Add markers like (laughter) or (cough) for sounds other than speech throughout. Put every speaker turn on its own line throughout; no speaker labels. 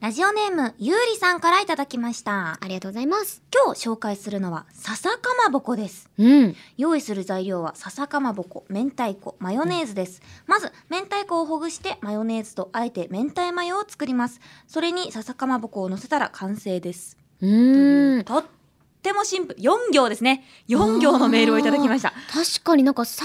ラジオネーム、ゆうりさんからいただきました。
ありがとうございます。
今日紹介するのは、笹かまぼこです。
うん。
用意する材料は笹かまぼこ明太子マヨネーズです、まず明太子をほぐしてマヨネーズとあえて明太マヨを作りますそれに笹かまぼこを乗せたら完成です
うーん。
とってもシンプル4行ですね4行のメールをいただきました
確かになんか笹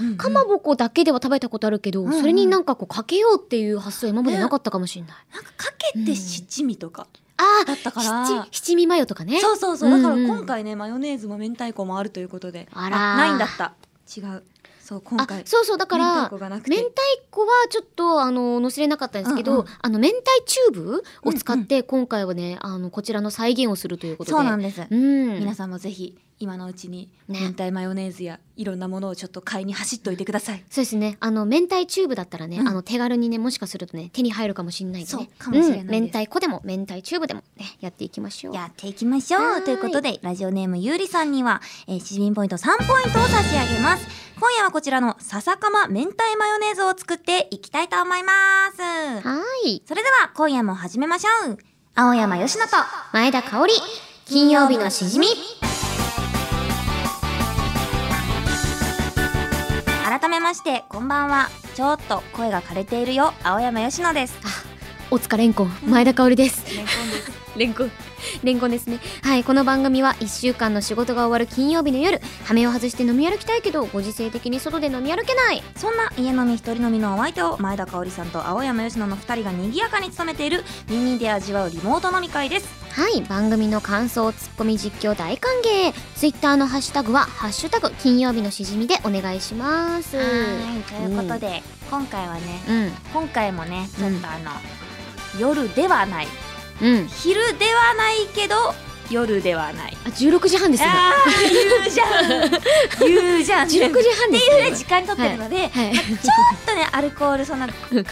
うんうん
かまぼこだけでは食べたことあるけど、
うんうん
それになんかこうかけようっていう発想今までなかったかもしれない。
なんかかけて七味とか
あ
だったか
あ
ら、
七七味マヨとかね。
そうそうそうだから
うんうん
今回ねマヨネーズも明太子もあるということで
あらー
ないんだった違うそう今
あ
回
そうそうだか
明
ら
太子がなく
明
て
太子はちょっとあの乗せれなかったんですけど、
うんうん
あの明太チューブを使って今回はねあのこちらの再現をするということで。
そうなんです、
うん
皆さんもぜひ今のうちに
ね
明太マヨネーズやいろんなものをちょっと買いに走っといてください。
そうですね。あの明太チューブだったらね、
うん
あの手軽にねもしかするとね手に入るかもしれないんでね。
そうかもしれないです
うん明太子でも明太チューブでもねやっていきましょう。
やっていきましょ
はー
う
い
ということでラジオネームゆうりさんには、えー、シビンポイント3ポイントを差し上げます今夜はこちらの笹かま明太マヨネーズを作っていきたいと思います
はーい。
それでは今夜も始めましょう青山よしのと
前田香織金曜日のしじみ
改めましてこんばんはちょっと声が枯れているよ青山よしのです
おつかれんこん前田香織です
レンコンです
レンコンレンコンですねはいこの番組は1週間の仕事が終わる金曜日の夜羽目を外して飲み歩きたいけどご時世的に外で飲み歩けない
そんな家飲み一人飲みのお相手を前田香織さんと青山佳乃の2人が賑やかに務めている耳で味わうリモート飲み会です
はい番組の感想ツッコミ実況大歓迎ツイッターのハッシュタグは「ハッシュタグ金曜日のしじみ」でお願いします
はいということで、今回はね
うん
今回もねちょ
う
っ
ん
とあの、夜ではない
うん
昼ではないけど夜ではない
あ16時半ですね
あー言うじゃん言うじゃん
16時半
っ
で
て
す
いう
ね
ね時間にとってるので、
はい
まあちょっとねアルコールそんなカパカパ飲むよ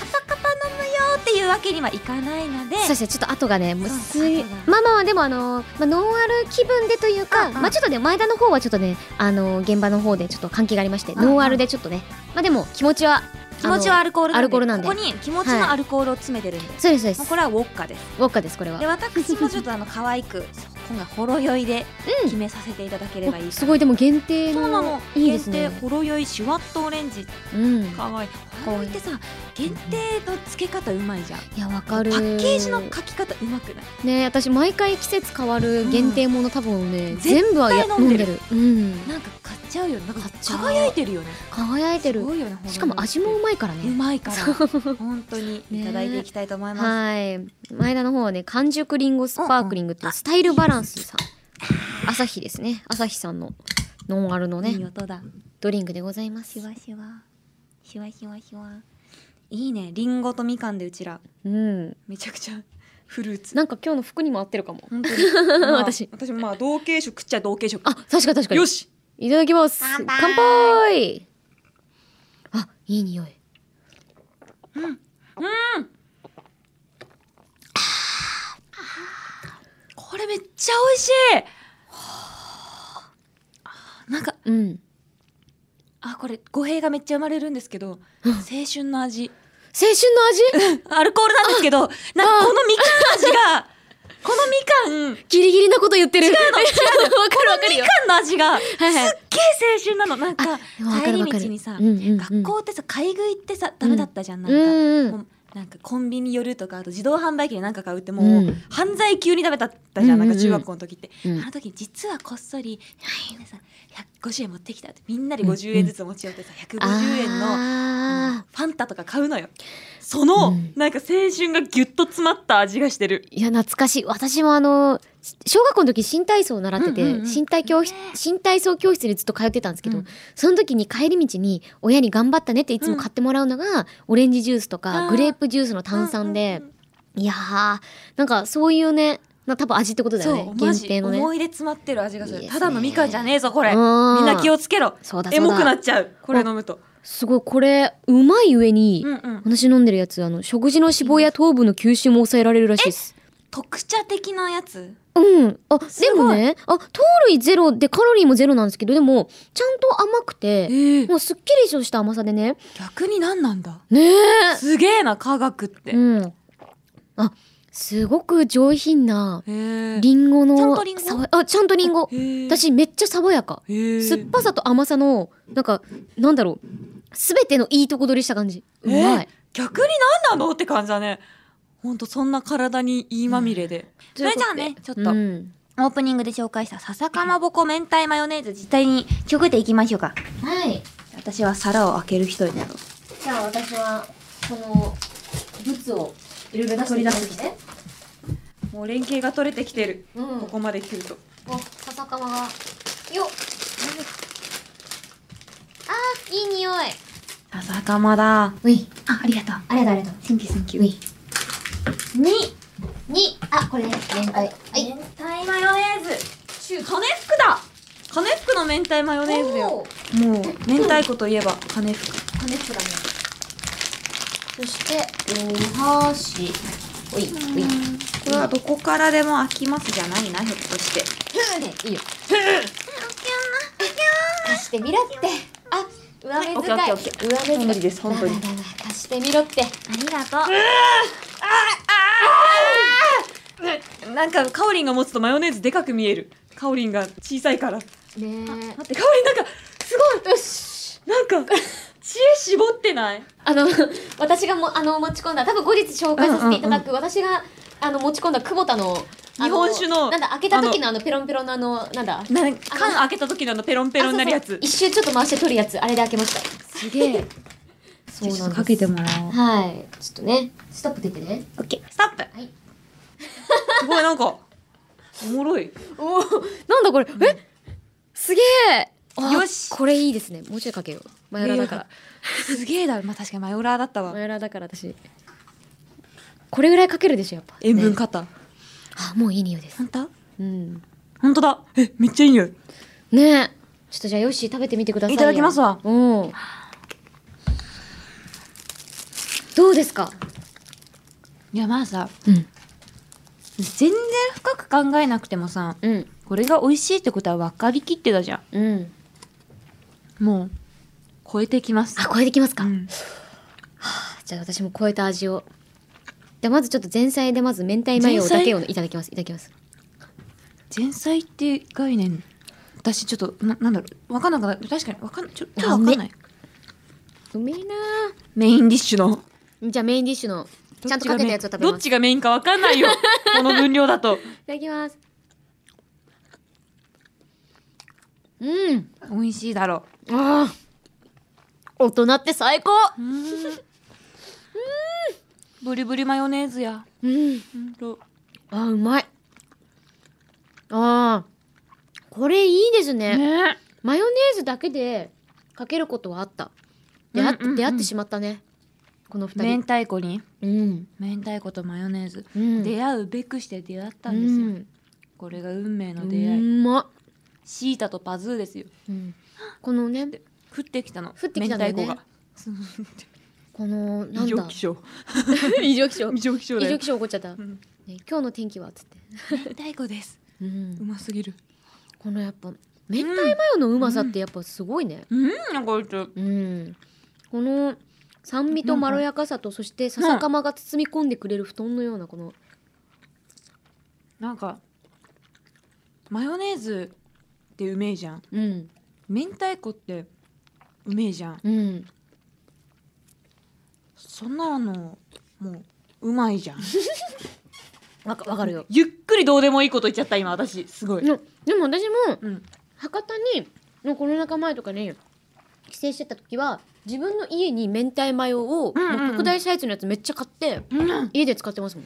っていうわけにはいかないので
そうですねちょっと後がねもう
そう
すい
後が
まあまあまあでもあの、まあ、ノンアル気分でというか、
うんうん
まあちょっとね前田の方はちょっとねあの現場の方でちょっと関係がありまして、
んうん
ノンアルでちょっとねまあでも気持ちは
気持ちは
あ
アルコールなんで
アルコールなんで
ここに気持ちのアルコールを詰めてるんで、
のそうですそうで
もう
す
これはウォッカです
ウォッカですこれは
で私もちょっとあの可愛く今回ほろ酔いで
うん
決めさせていただければいい、
おすごいでも限定
そうな
の
の
いいですね
限定ほろ酔いシュワッとオレンジ
うん
可愛いほろ酔いってさ限定の付け方うまいじゃん
いやわ
パ
かる
ッケージの書き方うまくない
ね私毎回季節変わる限定もの多分ね、
うん
全部はや
絶対飲んで
るうん
なんか買っちゃうよねなんか
買っちゃう
輝いてるよね
輝いて
す
る
ごいよねほろ酔いって
しかも味もうまいから
う
ね
まいか
そ
ら本当にいただいていきたいと思います、
はい前田の方はね完熟リンゴスパークリングっていうスタイルバランスさん朝日ですね朝日さんのノンアルの
いい
ね
音だ
ドリンクでございます
シュワシュワシュワシュワシュワいいねリンゴとみかんでうちら
うん
めちゃく (laughs) ちゃフルーツ
なんか今日の服にも合ってるかも
本当
(laughs)
に、まあ
私
私もまあ同系色食っちゃ同系色
あ確かに確かに
よし
いただきます
乾杯
乾杯あいい匂い
これめっちゃ美味しいあなんか
うん
あこれ語弊がめっちゃ生まれるんですけ
(laughs)
ど青春の味
青春の (laughs) 味
(laughs) アルコールなんですけどなんかこのみかん味がこのみかん
ギリギリなこと言ってる違うの (laughs) わかるわかる
み
よ
かんの味がすっげ
はいはい
え青春なのなんか
あわか
帰
る
り
わかる
道にさ、
うんうんうん
学校ってさ買い食いってさダメだったじゃん、なん
う
か、
んうん
もうなんかコンビニ寄るとかあと自動販売機で何か買うっても
う
うん犯罪級に食べたったじゃん,、
うんうんうん
なんか中学校の時って、
うん
あの時実はこっそり「皆さん150円持ってきた」ってみんなで50円ずつ持ち寄ってさ150円の
あー
ファンタとか買うのよその、
うん
なんか青春がギュッと詰まった味がしてる
いや懐かしい私もあのし小学校の時新体操を習ってて、
うんうんうん
新体教室新体操教室にずっと通ってたんですけど、
うん
その時に帰り道に親に頑張ったねっていつも買ってもらうのが、オレンジジュースと
あ
か
ー
グレープジュースの炭酸で、
うんうん
いやーなんかそういうねな多分味ってことだよね
そうマ
限
ジ
定のね
思い出詰まってる味がする
いいです
た
ね
だのみかんじゃねえぞこれ
う
み
ん
んな気をつけろ
そうだ
エ
そう
モくな
だ
っちゃうこれ飲むと
すごいこれうまい上に、
うんうん
私飲んでるやつあの食事の脂肪や糖分の吸収も抑えられるらしいです
特茶的なやつ
うん。あ、
す
で
ごい
もね、あ、糖類ゼロでカロリーもゼロなんですけど、でも、ちゃんと甘くて、もうすっきりとした甘さでね。
逆に何なんだ
ねえ。
すげえな科学って、
うん。あ、すごく上品な
へえ
リンゴの
ちゃんとリンゴ
さわあちゃんとリンゴ
私
私めっちゃ爽やか
酸
酸っぱさと甘さのなんかなんだろう全てのいいとこ取りした感じうまい
逆に何なのって感じだねほんとそんな体にいいまみれで、
それじゃあねちょっと、
うん
オープニングで紹介した笹かまぼこ明太マヨネーズ実際に曲でいきましょうか
はい
私は皿を開ける人になろう
じゃあ私はこの物をいろいろ出
していきますね
もう連携が取れてきてる、
うん
ここまで来ると
お、笹かまが。よっ。あー、いい匂い。
笹かまだ
うい、
あありがとう
あれだあれだ。
センキューセンキ
う
ュー
い。
2
に、あ、これね、明太。はい。
明太マヨネーズ
中金服だ金服の明太マヨネーズだよ
おー。
もう明太子といえば金服
骨付きだね。そして、お箸。おい、おい。
これはどこからでも開きますじゃないなひょっとして
ふうで、いいよ。貸してみろって。あ、上目
オッケーオッ
遣
ケ
い。
ーオッケ
上目遣い。
無理です本当に
だだだだ貸してみろって。
ありがとう
なんかカオリンが持つとマヨネーズでかく見えるカオリンが小さいから待
ね
ってカオリンなんかすごい
え。よし。
なんか知恵絞ってない
あの (laughs) 私がもあの持ち込んだ多分後日紹介させていただく、私があの持ち込んだ久保田のあ
日本酒の
なんだ開けた時のあのペロンペロンのあのなんだ
なん缶開けた時のあのペロンペロンになるや
あそうそう
つ
一周ちょっと回して取るやつあれで開けました
すげえ
そう
ち
な
ょっと
んです
かけてもらおう
はいちょっとねストップ出てね
オッケー
ストップ
はい
すごいなんかおもろい
おーなんだこれ、えすげえ
よし
これいいですねもうちょいかけようマヨラだから
すげえだまあ確かにマヨラーだったわ
マヨラだから私これぐらいかけるでしょやっぱ
塩分
ね
過多
あもういい匂いです
本当
うん
本当だえめっちゃいい匂い
ねえちょっとじゃあヨッシー食べてみてくださいよ
いただきますわ
うんどうですか
いやまあさ
うん
全然深く考えなくてもさ
うん
これが美味しいってことは分かりきってたじゃ
うん
んもう超えてきます
あ超えてきますか、
うん
じゃあ私も超えた味をじゃあまずちょっと前菜でまず明太マ
前
ヨ
菜
だけをいただきますいただきます
前菜って概念私ちょっとななんだろう分かんなくなる確かに分かんちょちょっと
あ
分かんない
めうめえな
メインディッシュの
あじゃあメインディッシュのちゃんとかけたやつを食べ
ど
ま
っ
すい
ちがメインか分かん
(laughs)
ないよこの分量だと
ただきますうん
美味しいだろ
ああ大人って最高
ううんブリブリマヨネーズや
うん
うんと
あーうまいあーこれいいですね
ね
マヨネーズだけでかけることはあった出会,、
うんうんうん
出会ってしまったねこの二
明
人
太子に
うん
明太子とマヨネーズ、
うん
出会うべくして出会ったんですよ、これが運命
う
の
ん
出会い、
うまっ、
シータとパズーですよ (gasps)
うんこのね
降ってきたの
降ってきたんだよね
明太
この
子が
な
異
ん
常
だ
気象
異常気象
異常気象
(laughs) 異
だ
常
よ
気象起こっちゃった、
ん
ね今日の天気はっつって、
明太子ですうますぎる
このやっぱ明太マヨのうまさってやっぱすごいね
うんなんかちょっと
うん、この酸味とまろやかさと、そして笹かまが包み込んでくれる布団のようなこの
なんかマヨネーズってうめえじゃん
うん
明太子ってうめえじゃん
うん
そんなのもううまいじゃん
わかわかるよ、
ゆっくりどうでもいいこと言っちゃった今私すごい、
のでも私も
うん、
博多にのコロナ禍前とかに帰省してた時は自分の家に明太マヨを、
うんうんうん
もう特大サイズのやつめっちゃ買って家で使ってます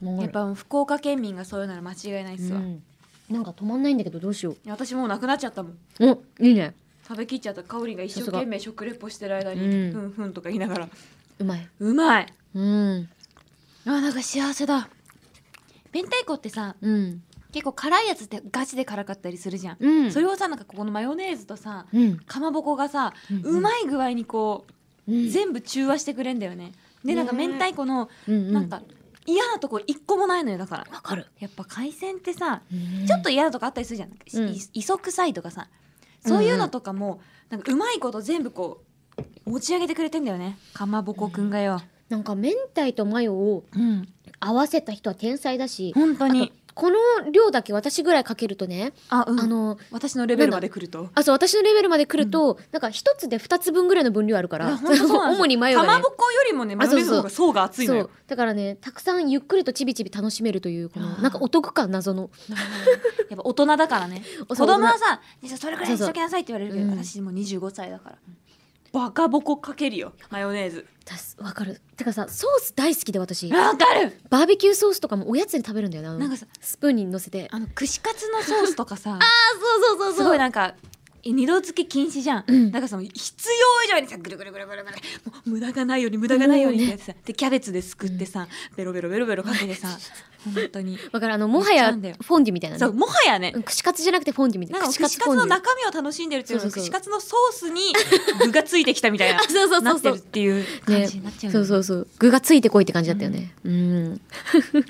もん、
やっぱ福岡県民がそういうなら間違いないっ
う
すわ、
んなんか止まんないんだけどどうしよ
私もうなくなっちゃったもん
うおいいね
食べきっちゃった香りが一生懸命食レポしてる間に
うん
ふんふんとか言いながら
うまいう
まい
うん
あなんか幸せだ明太子ってさ
うん
結構辛いやつってガチで辛かったりするじゃん、
うん
それをさなんかここのマヨネーズとさ
うん
かまぼこがさ、
うん
うまい具合にこ
う
うん全部中和してくれんだよねでなんか
ね
明太子の
うん
なんか嫌なとこ一個もないのよだから
わかる
やっぱ海鮮ってさ
うん
ちょっと嫌なとこあったりするじゃん、
うん
い磯臭いとかさそういうのとかもなんかうまいこと全部こう持ち上げてくれてんだよねかまぼこくんがよ、
なんか明太とマヨを
うん、
合わせた人は天才だし、
本当に
あとこの量だけ私ぐらいかけるとね、
あ、うん、
あの
私のレベルまで来ると
あそう私のレベルまで来ると、なんか一つで二つ分ぐらいの分量あるか
い
ら
や本当そう (laughs) なんですよ
(laughs) 主にマヨが、ね、
かまぼこよりもねマヨネーズの方が層が厚いの
そ
よ
うだからねたくさんゆっくりとちびちび楽しめるというこの
あー
なんかお得感謎の
(laughs) やっぱ大人だから (laughs) ね
お
子
そう
供はさ「じゃあそれくらいにし
そうそう
ときなさい」って言われるけど
うん
私もう25歳だからバカボコかけるよマヨネーズ
だすわかるてかさソース大好きで私
わかる
バーベキューソースとかもおやつに食べるんだよねあの
なんかさ
スプーンに乗せて
あの串カツのソースとか (laughs) さ
あそうそう
すごいなんか二度漬け禁止じゃん、
うん
なんかその必要以上にさぐるぐるぐるぐるぐるもう無駄がないように無駄がないようにってやってさでキャベツですくってさ、ベロベロベロベロかけて (laughs) さ本当に
わかるあのもは
めっち
や
ゃなんだよ
フォンデュみたいなね
そうもはやね、
うん串カツじゃなくてフォンデュみたい
な
な
か
ん
串カツ
フォ
の
ンデュ
中身を楽しんでるっていうの
そう
は
そうそ
串
う
カツのソースに具がついてきたみたい (laughs) な
(laughs) あそうそう
な
そう
ってるっ
そう
ていう感じになっちゃう,、
そうそうそう具がついてこいって感じだったよねうん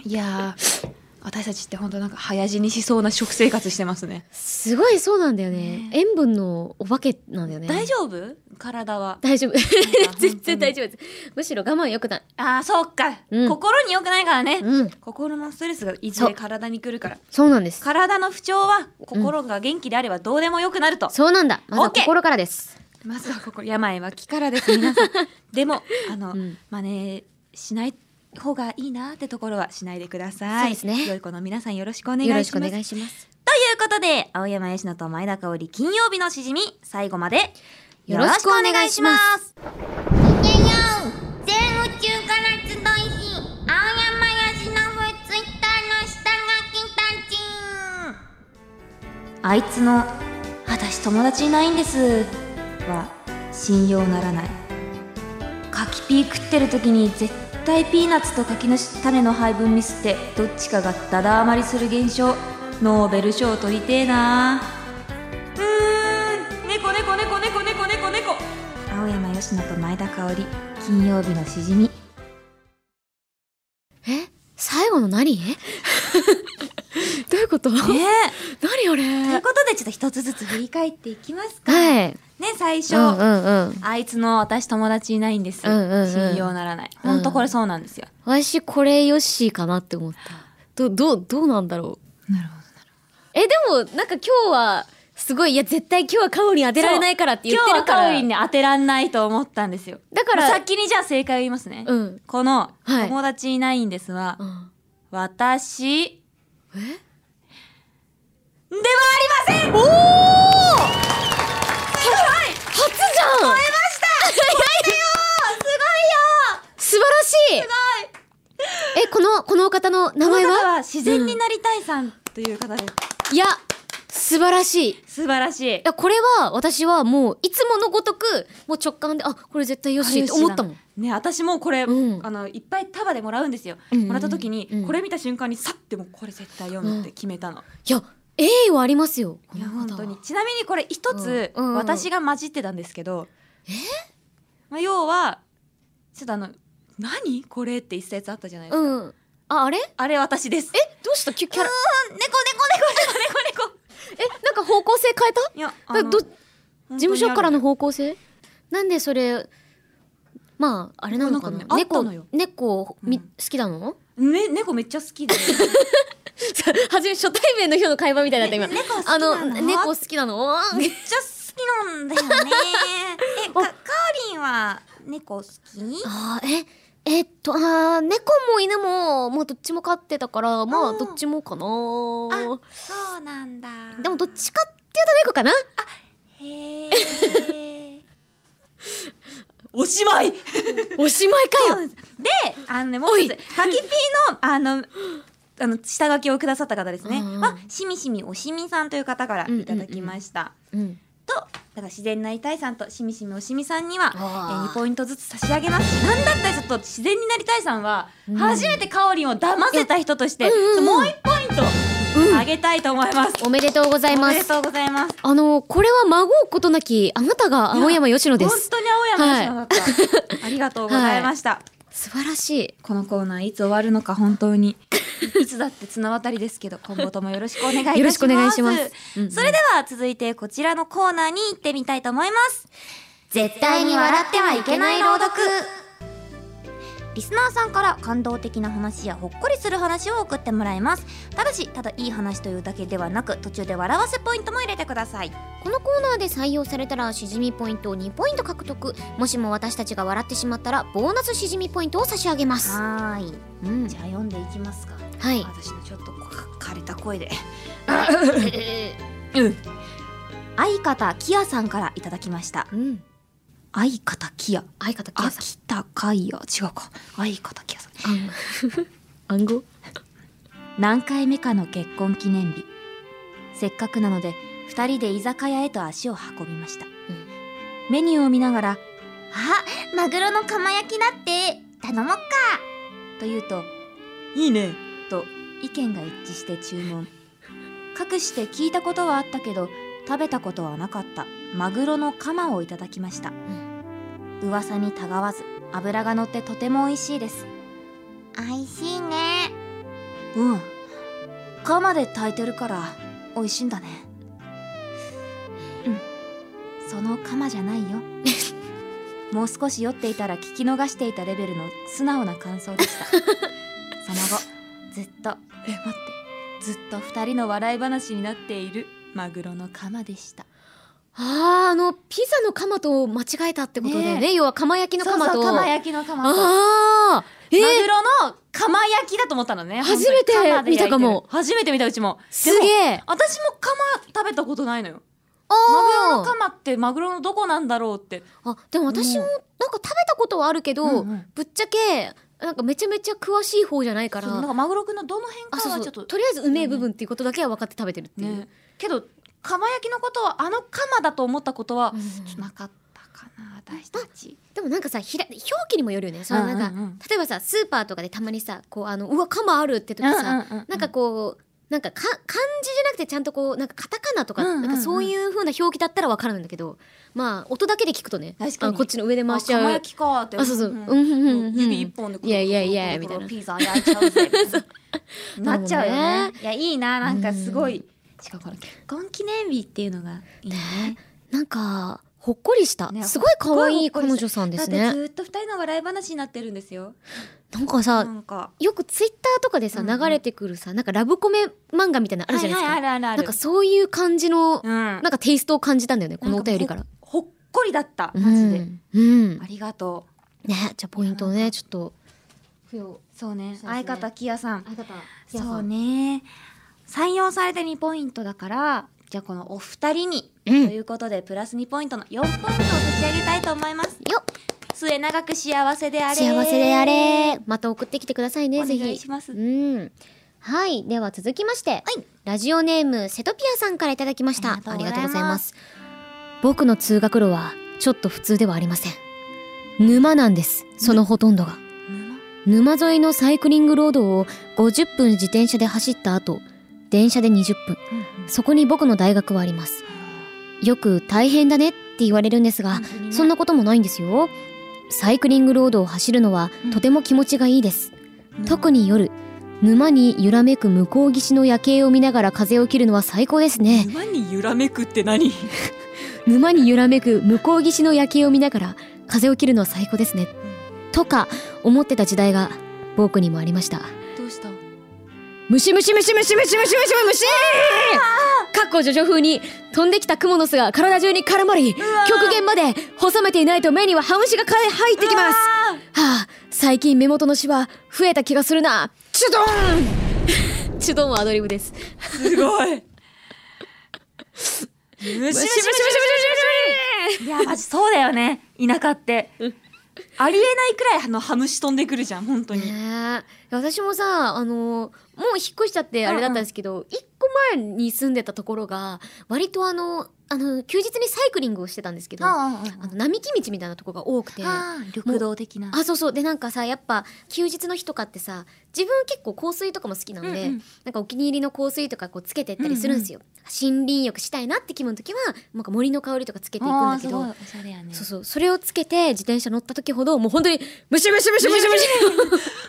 いやー私たちって本当なんか早死にしそうな食生活してますね
すごいそうなんだよ
ね
ね塩分のお化けなんだよね
大丈夫体 (laughs) は
大丈夫
当に
全然大丈夫ですむしろ我慢よくない
あーそうか、
うん
心に良くないからね、
うん
心のストレスがいず
そう
れ体に来るから
そうなんです
体の不調は心が元気であればどうでもよくなると、
そうなんだまずは
OK
心からです
まずはここ病は気からです皆
(laughs)
さんでもあの、
うん
真似しない方がいいなってところはしないでください
そうですね
良い子の皆さんよろしくお願いし
よ
ま
ろ
す
しくお願いします
ということで、青山佳乃と前田香織金曜日のしじみ、最後まで。
よろしくお願いします
いけよ全宇宙から集いし青山由伸ツイッターの下書きたち
あいつの「私友達いないんです」は信用ならない柿ピー食ってる時に絶対ピーナッツと柿の種の配分ミスってどっちかがダダ余りする現象ノーベル賞取りてえな
うーん猫猫猫猫猫猫猫
青山佳乃と前田香織金曜日のしじみ
え最後の何 (laughs) どういうこと、
ね
何あ
という
れ
ことでちょっと一つずつ振り返っていきますかね
はい
最初、
うんうんうん
あいつの私友達いないんです、
うんうんうん
信用ならないほんとこれそうなんですよ、
私これヨッシーかなって思ったどどうどうなんだろう
なるほど
えでもなんか今日はすごいいや絶対今日はカオリに当てられないからって言
今
って
日は
るか
カオ
ら
リンに当てらんないと思ったんですよ
だから
先にじゃあ正解を言いますね、
うん、
この「
はい
友達いないんですは」
うん、
私
え
ではありませんお
初じゃん素晴らしいえこのこのお方の名
この
前
方
は
は自然になりたいさんという方です、
いや素晴らしいい
素晴らしい
やこれは私はもういつものごとくもう直感であこれ絶対ヨッシーって思ったもん
ね私もこれ、
うん
あのいっぱい束でもらうんですよ、
うんうん
もらった時に、
うん
これ見た瞬間にさってもうこれ絶対読むって決めたの、
いや栄誉ありますよこ
い
の
や
方は
本当にちなみにこれ一つ、
うんうんうん
私が混じってたんですけどまあ、要はちょっとあの「何これ」って言ってたやつあったじゃないですか、
うんああれ
あれ私です
えどうしたキュキャラ
猫猫猫猫猫
えなんか方向性変えた
いや
だど事
事
務所からの方向性なんでそれまああれなのかな
なんかねあった
猫
のよ
猫み、
うん
好きなの
ね猫めっちゃ好
(laughs)
きで
初め初対面の人の会話みたいだった今、
猫好きな
あ
の
の (laughs) 猫好きなの
めっちゃ好きなんだよ
(laughs)
ねえかカオリンは猫好き
あーええっとあー猫も犬もまあどっちも飼ってたからまあ
うん
どっちもかな
そうなんだ
でもどっちかっていうと猫かな
へえ
おしまい
(laughs) おしまいかよ
であのねもう一つ柿ピーのあのあの下書きをくださった方ですね、
うんうん
はしみしみおしみさんという方からいただきました、
うん
とだから自然になりたいさんとしみしみおしみさんには、え
あー
2ポイントずつ差し上げますしなんだったらちょっと自然になりたいさんは、初めてかおりんを騙せた人として、
うんうん
もう1ポイントあげたいと思います、
おめでとうござい
お
ま
めですとうございます
あのこれは孫うことなきあなたが青山佳乃で
本
す
当に青山佳乃だった、ありがとうございました、
素晴らしい
このコーナーいつ終わるのか本当に (laughs) いつだって綱渡りですけど今後ともよろしくお願いいたします
よろしくお願いしますうんうん
それでは続いてこちらのコーナーに行ってみたいと思います
絶対に笑ってはいけない朗読
リスナーさんから感動的な話やほっこりする話を送ってもらいますただしただいい話というだけではなく途中で笑わせポイントも入れてください
このコーナーで採用されたらしじみポイントを2ポイント獲得もしも私たちが笑ってしまったらボーナスしじみポイントを差し上げます
はーい
うん
じゃあ読んでいきますか
(laughs)
はい
私のちょっと枯れた声で
相方キアさんからいただきました
うん
相方キア
相方キヤさん
秋田海也違うか相方キアさん
暗号
何回目かの結婚記念日せっかくなので2人で居酒屋へと足を運びました、メニューを見ながら
あ、マグロの釜焼きだって。頼もっか。
と言うと
いいね
と意見が一致して注文かくして聞いたことはあったけど食べたことはなかったマグロのカマをいただきました、噂にたがわず脂が乗ってとても美味しいです
美味しいね。
うんカマで炊いてるから美味しいんだねうんそのカマじゃないよ (laughs) もう少し酔っていたら聞き逃していたレベルの素直な感想で
(laughs)
したその後ずっとえ待ってずっと二人の笑い話になっているマグロのカマでした
あーあのピザの釜と間違えたってことだよね
ね
要は釜焼きの釜と
そうそう釜焼きのカマと
ああえー
マグロの釜焼きだと思ったのね
初めて
本当に釜で焼い
見たかも
てる初めて見たうちも
すげ
え
え
私も釜食べたことないのよマグロ
あ
の釜ってマグロのどこなんだろうって
ーあでも私もなんか食べたことはあるけど、
うんうん
ぶっちゃけなんかめちゃめちゃ詳しい方じゃないか
そうなん
ら
かマグロくんのどの辺
あ
か
そう
は
そ
ちょ
う
っと
とりあえずうめえ部分っていうことだけは分かって食べてるっていう、
ねけど釜焼きのことはあの釜だと思ったことは
うん
ちょっとなかったかな私たち
でもなんかさひら表記にもよるよねそのなんか、
うんうんうん
例えばさスーパーとかでたまにさこうあのうわ釜あるって時さ、なんかこうなんかか漢字じゃなくてちゃんとこうなんかカタカナとか,、
うんうんうん
なんかそういう風な表記だったらわかるんだけどまあ音だけで聞くとね
確かに
あこっちの上で回しちゃ
あ釜
う
焼きかって
あそうそう
うん
うんうんうんうん
指一本で
いやいやいやみたいな
ピザ焼いちゃうぜ
(laughs)
なっちゃうよ
な
ね
るほ
いやいいななんかすごい、
う
しかもこの結婚記念日っていうのがいいね
なんかほっこりした、
ね
すごい可愛い
ほっこり
彼女さんで
だっ
す
て
ね
ずっと二人の笑い話になってるんですよ
なんかさ、
なんか
よくツイッターとかでさ
うんうん
流れてくるさ、なんかラブコメ漫画みたいなのあるじゃないですか、
はいはいあるあるあ
な
る
んかそういう感じの、
うんなん
なんかテイストを感じたんだよねこのお便りから
かほほっこりだった
うん
マジで
うん
ありがとう
ねじゃあポイントをねちょっと
そうね
うですね
相方キヤさん
相方
そうね採用されて2ポイントだからじゃあこのお二人に、
うん
ということでプラス2ポイントの4ポイントを差し上げたいと思います
よっ
末永く幸せであれ
幸せであれまた送ってきてくださいね
お
ぜひ
願いします
うんはいでは続きまして、ラジオネームセトピアさんからいただきましたあ
あ
り
り
が
がとう
とう
ご
ござ
ざ
い
い
ま
ます
僕の通学路はちょっと普通ではありません沼なんですそのほとんどが沼沿いのサイクリングロードを50分自転車で走った後電車で20分そこに僕の大学はありますよく大変だねって言われるんですが、そんなこともないんですよ。サイクリングロードを走るのはとても気持ちがいいです。特に夜、沼に揺らめく向こう岸の夜景を見ながら風を切るのは最高ですね。
沼に揺らめくって何
沼に揺らめく向こう岸の夜景を見ながら風を切るのは最高ですね。とか思ってた時代が僕にもありました。
どうした
虫虫虫虫虫虫虫虫かっこジョジョ風に飛んできたクモの巣が体中に絡まり極限まで細めていないと目にはハムシがかえ入ってきますはあ最近目元のシワ増えた気がするなチュドンチュドンはアドリブです
すごいムシムシムシムシムシムシ
いやマジそうだよね
田舎ってありえないくらいあのハムシ飛んでくるじゃん本当に
ねえ私もさあのもう引っ越しちゃってあれだったんですけど、一個前に住んでたところが割とあのあの休日にサイクリングをしてたんですけど、
あ
あの並木道みたいなとこが多くてあ
あ緑道的な
そうそうでなんかさやっぱ休日の日とかってさ自分結構香水とかも好きなので、
うんうん
なんかお気に入りの香水とかこうつけてったりするんですよ、森林浴したいなって気分の時はなんか森の香りとかつけていくんだけど
おしゃれやね
そうそうそれをつけて自転車乗った時ほどもう本当にムシムシムシムシムシ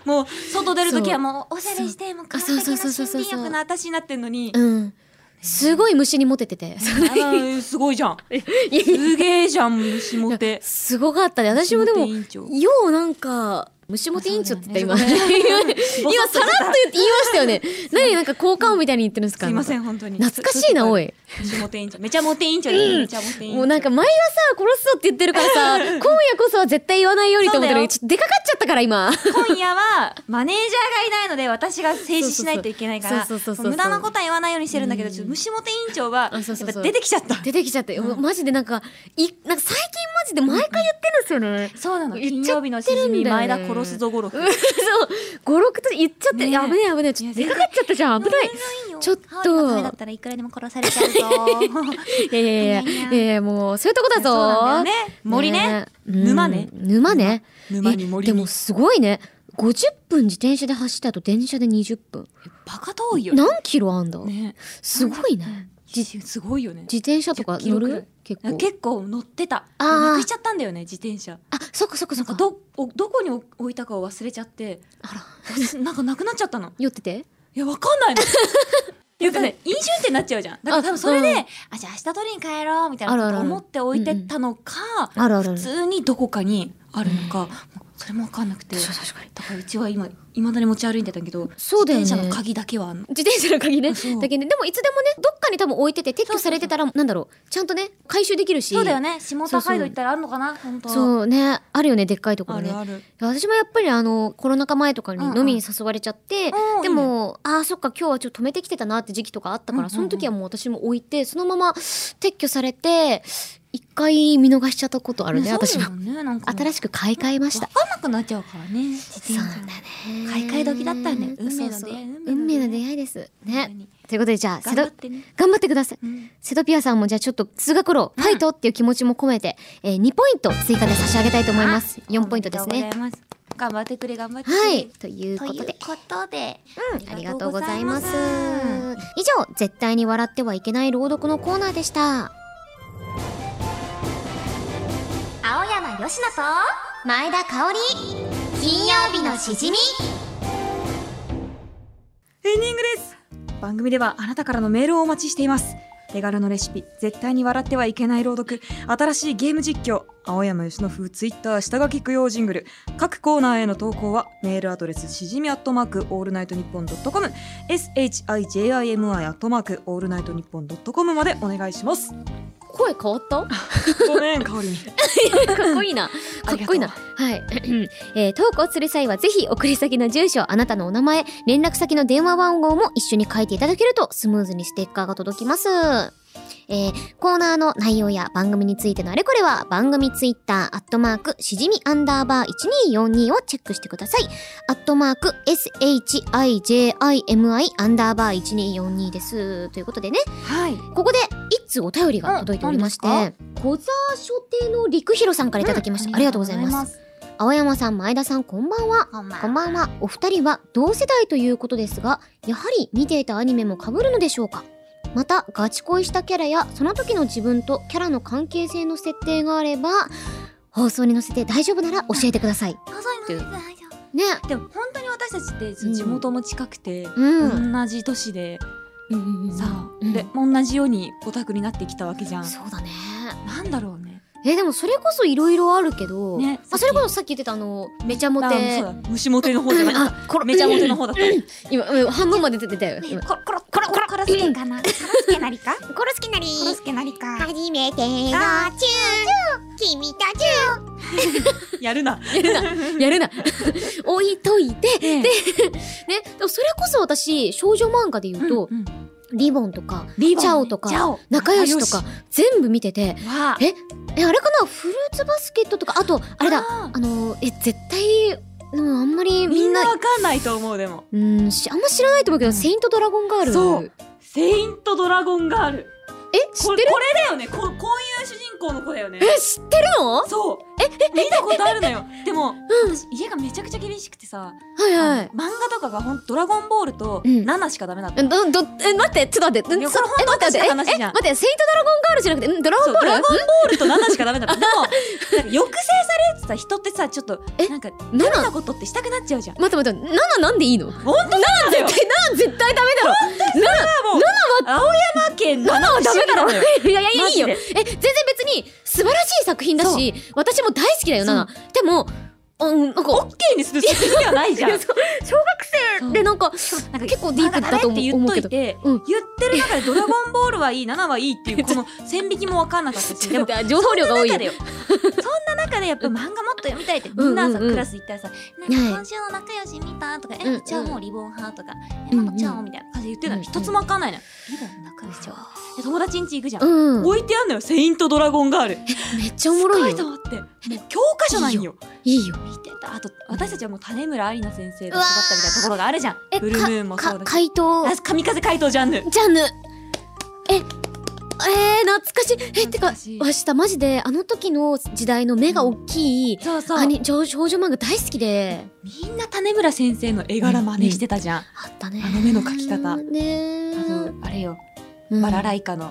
もう外出る時はもう
おしゃれしてもう完
そう
璧な
そう
森
そうそうそう
林
そう
浴
僕
な
の私になってんのに
うんすごい虫にモテて
あ
て
のすごいじゃんすげえじゃん虫モテ
すごかったで私もでも
虫モテ委員長
ようなんか虫持って委員長って言った今、
あそうだよね
今さらっと言って言いましたよね何なんか効果音みたいに言ってるんですか
すいません本当に
懐かしいなおい
虫モテ委員長めちゃモテ委員長です、
うん
めちゃモテ委員長
もうなんか前はさ殺すぞって言ってるからさ今夜こそは絶対言わないようにと思って
そうだ
る
よ
ちょっと出かかっちゃったから今
今夜はマネージャーがいないので私が制止しないといけないから
そうそうそうそう
無駄なことは言わないようにしてるんだけどちょっと虫モテ委員長はや
あそう
っ
そうそ
ぱ
う
出てきちゃった
出てきちゃって、マジでなんかいなんか最近マジで毎回言ってるんですよね、
そうなの
言
金
っちゃ
曜
ってるんだよね
日のしじみ前田殺すぞゴロフ
そう56と言っちゃって、
ねえ
いや危ねえ危ねえちょっと出かかっちゃった
(laughs)
じゃん危ないちょっと
ハワイのカフェだったらいくらでも殺されちゃうぞ
いやいやいやいやいやいやもうそういうとこ (laughs) だぞ
そうなんだよね森ね
うん
沼ね
沼ね
沼に森に
えでもすごいね50分自転車で走った後電車で20分
バカ遠いよ
何キロあんだ、
ね
すごいねじ
すごいよね
自転車とか
10キロ
乗
くらい
る結構
結構乗ってた
あー
なくしちゃったんだよね自転車
あそっかそっかそ
な
っ
んか
か
どおどこに置いたかを忘れちゃって
あら
忘なんかなくなっちゃったの
酔ってて
いやわかん (laughs) ないのよくね飲酒運転になっちゃうじゃんだから多分それで
あうん
あじゃあ明日取りに帰ろうみたいなこ
あるある
と
あ
を
る
思って置いてったのか
あるあるあ
普
る
通にどこかにあるのか、もうそれも分かんなくて
そう確かに
だからうちは今いまだに持ち歩いてたけど
そうだよね
自転車の鍵だけはあんの
自転車の鍵ね
そう
だけどねでもいつでもねどっかに多分置いてて撤去されてたらなんだろうちゃんとね回収できるし
そうだよね下高井戸行ったらあるのかな本当
そうねあるよねでっかいところ
あ
ね
るある
私もやっぱりあのコロナ禍前とかに
うんうん
飲みに誘われちゃって、
うん
でも、ああそっか今日はちょっと止めてきてたなって時期とかあったから、
うんうんうん
その時はもう私も置いてそのまま撤去されて一回見逃しちゃったことあるね私
そうだ
も
よねなんか
新
し
しく買い替えました
分かんなくなっちゃうからね自転
そう
車
なんだね
買い替え時だったんだよ運命の出会い
そうそう運
運
命
命
の
の
出
出
会いです
本当
ね
に
ということでじゃあ
頑
セド
張ってね
頑張ってください、
うん
セドピアさんもじゃあちょっと通学路ファイトっていう気持ちも込めて、えー2ポイント追加で差し上げたいと思います4ポイントです
ありが
ね
とうございます頑張ってくれ頑張ってくれ
はいということ
という
で
ことで、
ありがとうございます。以上、絶対に笑ってはいけない朗読のコーナーでした。
青山よしのと前田香織金曜日のしじみ
エンディングです番組ではあなたからのメールをお待ちしています手軽のレシピ絶対に笑ってはいけない朗読新しいゲーム実況青山由伸風ツイッター下書き供養ジングル各コーナーへの投稿はメールアドレスしじみアットマークオールナイトニッポンドットコム SHIJIMI アットマークオールナイトニッポンドットコムまでお願いします
声変わったか
ごめん香り
っこいいな。かっこいいな。はい。 (clears throat) えー、投稿する際はぜひ送り先の住所、あなたのお名前、連絡先の電話番号も一緒に書いていただけるとスムーズにステッカーが届きます。えー、コーナーの内容や番組についてのあれこれは番組ツイッターアットマークしじみアンダーバー1242をチェックしてください。アットマーク SHIJIMI アンダーバー1242です。ということでね、
はい
ここで一通お便りが届いておりまして、
うん何
小沢書店の陸広さんからいただきました。ありがとうございます。
す
青山さん、前田さん、こんばんは。
こんばん
こんばんは。お二人は同世代ということですが、やはり見ていたアニメも被るのでしょうかまた、ガチ恋したキャラや、その時の自分とキャラの関係性の設定があれば、放送に載せて大丈夫なら教えてくだ (laughs) さい。
細いの
ね。
でも本当に私たちってその地元も近くて、
うん。
同じ都市でさあ、
うん
で同じようにオタクになってきたわけじゃん
そうだね。
なんだろうね
え、でもそれこそいろいろあるけど、
ね
まあ、それこそさっき言ってたあの、めちゃモ
あ
テ
そう。だ虫モテの方じゃない
あ、これ
めちゃモテの方だった
今、うん半分まで出てたよ。今
コロコロコロコロコロスケかなコロスケなりかコ
コロ好きなり
ロスケなりか
初めてのチュー君とチ
やるな
やる (laughs) な、やるな。置いといて、で、ね、でもそれこそ私、少女漫画で言うと、
うんうん
リボンとか、
リボン
チャオと
チャ
か
オ、
仲良しとか、全部見てて、
わあ
え、え、あれかなフルーツバスケットとか、あと、あれだ、
あー
あの、え、絶対、でもあんまりみ
み
ん
ん
な
な、わかんないと思うでも
うん、しあんま知らないと思うけど、セイントドラゴンガール。
そうセイントドラゴンガール
え、知
こ
って
れ
る
これだよねここういう主人公の子だよね
え、知ってるのは
そうえ見たことある
(laughs)
のよでも私家がめちゃくちゃ厳しくてさ
いは
漫
い。
画とかがほんドラゴンボールと
うん
ナナしかダメだった
えど、ど、え、待って、ちょっと待って、うん
いや
そ
これ
え、
本当
待って、
私の
待って、
話
え、
じゃん
待って、セイントドラゴンガールじゃなくて、んドラゴン
そう
ボー
ド
ル
ラゴンボールとナナしかダメだ
(laughs)
ったでもなんか抑制されてた人ってさちょっと
え
なんか
ナ
ダ
ナ
メなことってしたくなっちゃうじゃん
待って待って、ナナなんでいいの
本当なんだよ
絶対な絶対ダメだろ
青山県七
ななは
不
ダ
思議な
メだろ
のよ
いやいやいやいいよ
マ
え全然別に素晴らしい作品だし私も大好きだよなでもあうんなんか
オッケーにする設定ではないじゃん
(laughs) そう小学生でなんか
なんか
結構ディープだと思う
あれって言っとい
思う
て、
うん
言ってる中で「ドラゴンボールはいい7はいい」っていうこの線引きも分かんなかったしでも
(laughs) ちょっと情報量が多い
そんな中で
(laughs)
よそんな中でやっぱ漫画もっと読みたいって
んうん
みんなさクラス行ったらさ「なん
はい
か今週の仲良し見た?」とか「
うんう
え
ん
じゃあもうリボン派?」とか「え
うんうん
ママちゃん?」みたいな感じで言ってるのに
うんうん
一つも分かんないのよリボン仲良しちゃうで友達ん家行くじゃん
うん
置いてあんのよ「セイント・ドラゴンガール」
めっちゃおもろ
すごい
い
と
よ
思ってもう教科書なんよ
いいよ
見てたあと私たちはもう種村有奈先生が育ったみたいなところがあるじゃん
え
ブルームーンもそ
か
うだ
か
し
怪盗
あ神風怪盗ジャンヌ
ジャンヌええー、懐かしいえてか
懐かしい
わしたマジであの時の時代の目が大きい、
そうそ
ア
う
ニ少少女漫画大好きで
みんな種村先生の絵柄真似してたじゃん、
あったね
あの目の描き方
ね
あとあれよ、
うん
バラライカの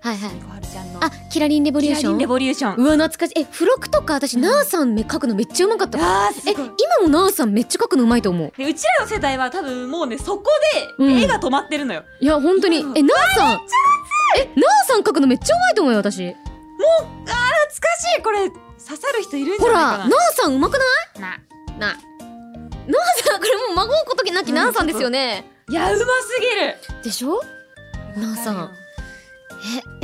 はいはい
小春ちゃんの
あキラリンレボリ
キ
ュー
ラ
シ
リ
ョ
ン
ン
レボリューション
うわ懐かしいえ付録とか私、
うん
ナーさん目描くのめっちゃうまかったから
あーす
え
ごい
今もナーさんめっちゃ描くのうまいと思う
でうちらの世代は多分もうねそこ
う
で
ん
絵が止まってるのよ、
いや本当に
うん
えナーさんえナーさん描くのめっちゃうまいと思うよ私
懐かしいこれ刺さる人いるんじ
ほ
ゃない
ら
か
ナ
な
ーさんうまくない
な
なナーさんこれもう孫をこときなきナーさんですよね、
いやうますぎる
でしょナーさん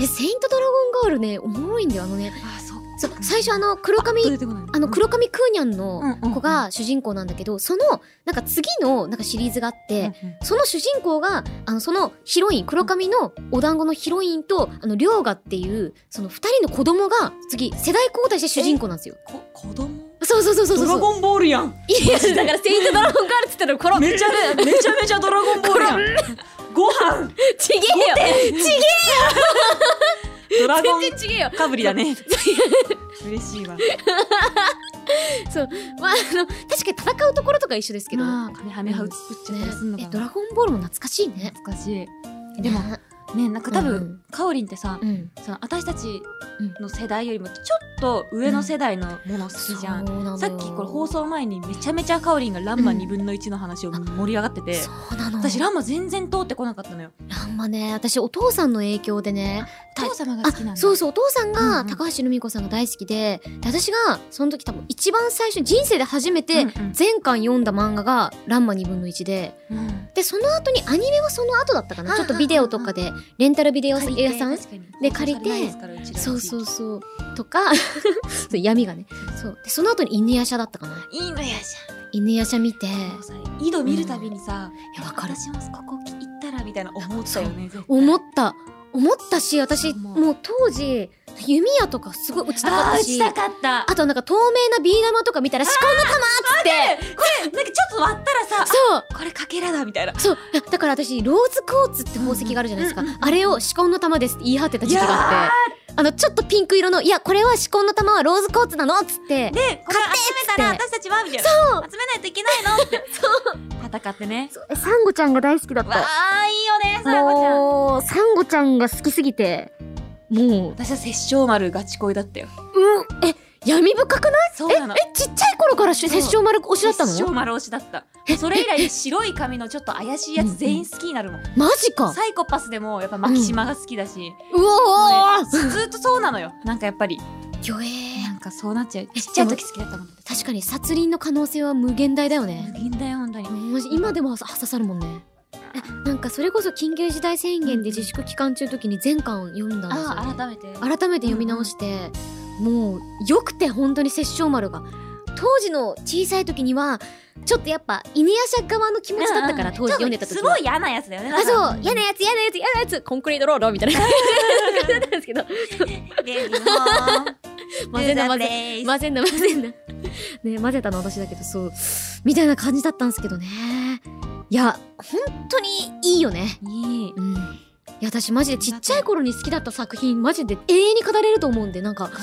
ええセイントドラゴンガールねおもろいんだよあのね
あそっか
そう最初あの黒髪
出てこない
あの黒髪クーニャンの
うんうん
子が主人公なんだけどそのなんか次のなんかシリーズがあっ
うんう
て
んうん
その主人公があのそのヒロイン黒髪のお団子のヒロインとあの涼河っていうその二人の子供が次世代交代して主人公なんですよ
こ子供
そうそうそうそうそう
ドラゴンボールやん
いやだから「セイントドラゴンガール」っつったらこの
めちゃめめちゃめちゃドラゴンボールやんご飯
ちげえよちげ
ドラゴン
えちげえよ
かぶりだね嬉しいわ
まああの確かに戦うところとか一緒ですけどね
ああカメハメハ打ち打っちゃったりすんの
え
か
ド
な、
ラゴンボールも懐かしいね
懐かしいでも
ね
ねなんか多
う
分
ん
かおりんってさ
うん
その私たちの世代よりもちょっと上の世代のもの好きじゃん、
そうなのよ
さっきこれ放送前にめちゃめちゃかおりんが「ランマ2分の1」の話を盛り上がってて、
そうなの
私ランマ全然通ってこなかったのよ
ランマね私お父さんの影響でね
お父様が好きなん
あ
だ
そうそうお父さん
うんう
が
ん
高橋留美子さんが大好きで,、で私がその時多分一番最初に人生で初め
う
て
んうん
全巻読んだ漫画が「ランマ2分の1で」
うん
でその後にアニメはその後だったかな
あ
ちょっとビデオとかでレンタルビデオ屋さん
確かに
で借りて
放送されないですからうちらの地域
そうそうそうとか (laughs) そう闇がねそうでその後に犬夜叉だったかない
いのやじ
犬夜叉見て
ゃんもうさ井戸見るたびにさ、
いやわかる
私もここ行ったらみたいな思ったよね絶対
思った思ったし私
そう思う
もう当時弓矢とかすごい打ちた
あー
かった
打ち
した
かった
あとなんか透明なビー玉とか見たら「至高の玉!」っつって
これなんかちょっと割ったらさ
そう
あこれかけらだみたいな
そうだから私ローズクォーツって宝石があるじゃないですか、あれを「至高の玉です」って言い張ってた時期があってあのちょっとピンク色の「いやこれは至高の玉はローズクォーツなの」っつって
でこれ集めたら
買
私たちはみたいな集めないといけないのって戦ってね
えサンゴちゃんが大好きだっ
わあいいよねさやこちゃん
もうサンゴちゃんが好きすぎてもう
私は殺生丸ガチ恋だったよ
うんえ闇深くない
そう
え
なの
えちっちゃい頃から
そう
殺生丸推しだった
殺生
の
丸推しだったそれ以来白い髪のちょっと怪しいやつ全員好きになるもん
マジか
サイコパスでもやっぱマキシマが好きだし、
うおー
ずっとそうなのよなんかやっぱり
ギョえ
なんかそうなっちゃうちっちゃい時好きだったもん
確かに殺人の可能性は無限大だよね
無限だよ本当に
マジ今でも刺さるもんねえなんかそれこそ緊急事態宣言で自粛期間中の時に全巻読んだんですよ、
あ
ね
あ、改めて
改めて読み直して、もうよくて本当に殺生丸が当時の小さい時にはちょっとやっぱ犬夜叉側の気持ちだったから、当時読んでた時
す
は
ごい嫌なやつだよね
あそう嫌なやつ嫌なやつ嫌なやつコンクリートローラーみた (laughs) いな感じだったんですけど (laughs) 混ぜんな混ぜん混ぜんな混ぜんなね混ぜたの私だけどそうみたいな感じだったんですけどねいや本当にいいよね
いい
うんいや私マジでちっちゃい頃に好きだった作品マジで永遠に語れると思うんでなんか
わかる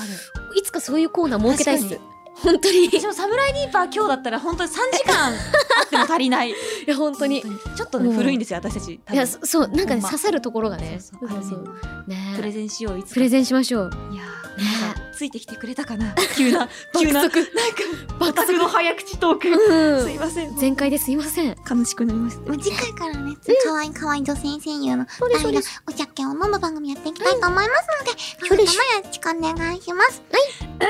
いつかそういうコーナー設けたいっす
確
本当にい
私もサムライディーパー今日だったら本当に3時間あっても足り
(laughs)
ない
や本当に
ちょっとね
うん
古いんですよ私たち多
い
分
やそそうなんかね
ほんま
刺さるところがね
そうそう
そう
あるねプレ
ね
ゼンしよういつ
プ
か
レゼンしましょう
いやーなんかついてきてくれたかな急な急ななんか
速
オタクの早口トーク
う
す
ん
いません
全開ですいません
悲しくなりまし
もう次回からね、可愛い可愛い女性声優の二人がお茶っ気を飲む番組やっていきたいと思いますので、これからもよろしくお願いします。
た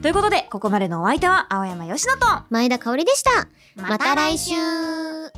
ということで、ここまでのお相手は青山よしのと、
前田香織でした。また来週
週